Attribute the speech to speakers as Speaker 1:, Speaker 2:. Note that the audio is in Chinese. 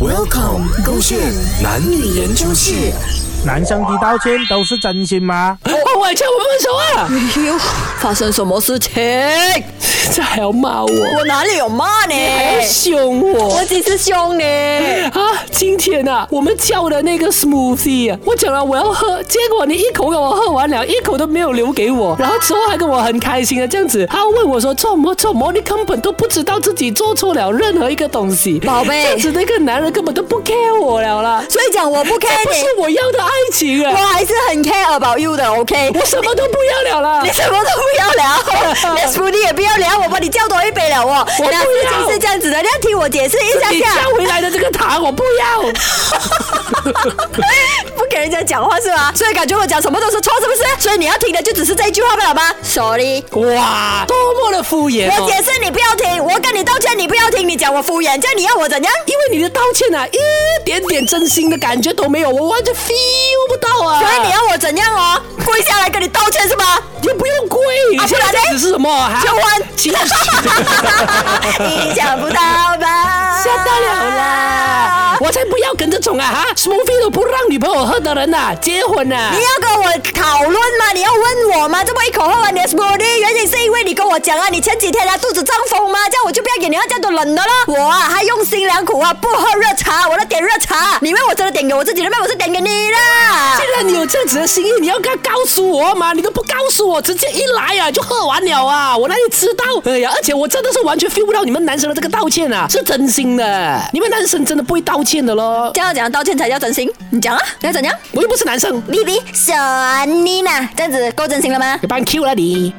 Speaker 1: Welcome，勾线男女研究室。
Speaker 2: 男生的道歉都是真心吗？
Speaker 3: 哦，伟强，我们分手 啊！
Speaker 4: 哎呦， 发生什么事情？
Speaker 3: 这还要骂我，
Speaker 4: 我哪里有骂你？
Speaker 3: 还要凶哎我
Speaker 4: 我只是凶你。
Speaker 3: 啊！今天啊，我们叫的那个 smoothie，、啊、我讲了我要喝，结果你一口给我喝完了，一口都没有留给我，然后之后还跟我很开心的这样子，他问我说做么做么，你根本都不知道自己做错了任何一个东西，
Speaker 4: 宝贝
Speaker 3: 这样子那个男人根本都不 care 我了啦，
Speaker 4: 所以讲我不 care
Speaker 3: 不是
Speaker 4: 你，
Speaker 3: 我要的爱情
Speaker 4: 我
Speaker 3: 啊，
Speaker 4: 还是很 care about you 的，OK？
Speaker 3: 我什么都不要了啦
Speaker 4: 你。什么都不要 聊，连 s m o o t 也不要聊，我帮你叫多一杯了哦。
Speaker 3: 我不要
Speaker 4: 那事情是这样子的，你要听我解释一下
Speaker 3: 你
Speaker 4: 下
Speaker 3: 叫，回来的这个糖我不 要。
Speaker 4: 不给人家讲话是吧？所以感觉我讲什么都是错，是不是？所以你要听的就只是这一句话不了吗？Sorry。
Speaker 3: 哇，多么的敷衍、
Speaker 4: 我
Speaker 3: 哦！
Speaker 4: 解释你不要听，我跟你道歉你不要听，你讲我敷衍，这样你要我怎样？
Speaker 3: 因为你的道歉啊，一点点真心的感觉都没有，我完全 feel 不到啊。
Speaker 4: 所以你要我怎样哦？跪下来跟你道歉是吗？
Speaker 3: 又不用跪，
Speaker 4: 啊
Speaker 3: 现
Speaker 4: 不然
Speaker 3: 在
Speaker 4: 呢
Speaker 3: 这只是什么？啊
Speaker 4: 求婚
Speaker 3: 其实
Speaker 4: 意想不到吧？
Speaker 3: 吓到了啦！！我才不要跟这种啊哈 s m o o t h 都不让女朋友喝的人呐、结婚呐、啊
Speaker 4: 你。要跟我讨论吗？你要问我吗？这么一口喝完你的 smoothie，原因是因为你跟我讲啊，你前几天啊肚子胀风吗？这样我就不要给你喝这样多冷的了。我啊还用心良苦啊，不喝热茶，我都点热茶。你以为我真的点给我自己的吗？我是点给你啦
Speaker 3: 既。然你有这样子的心意，你要跟告诉我嘛，你都不告诉我，直接一来啊就喝完了啊，我哪里知道？哎呀，而且我真的是完全 feel 不到你们男生的这个道歉啊，是真心的，你们男生真的不会道歉的咯。
Speaker 4: 这样讲道歉才叫真心，你讲啊，你要怎样
Speaker 3: 我又不是男生，
Speaker 4: ？B B 小妮娜，这样子够真心了吗？
Speaker 3: 你帮 Q 了你。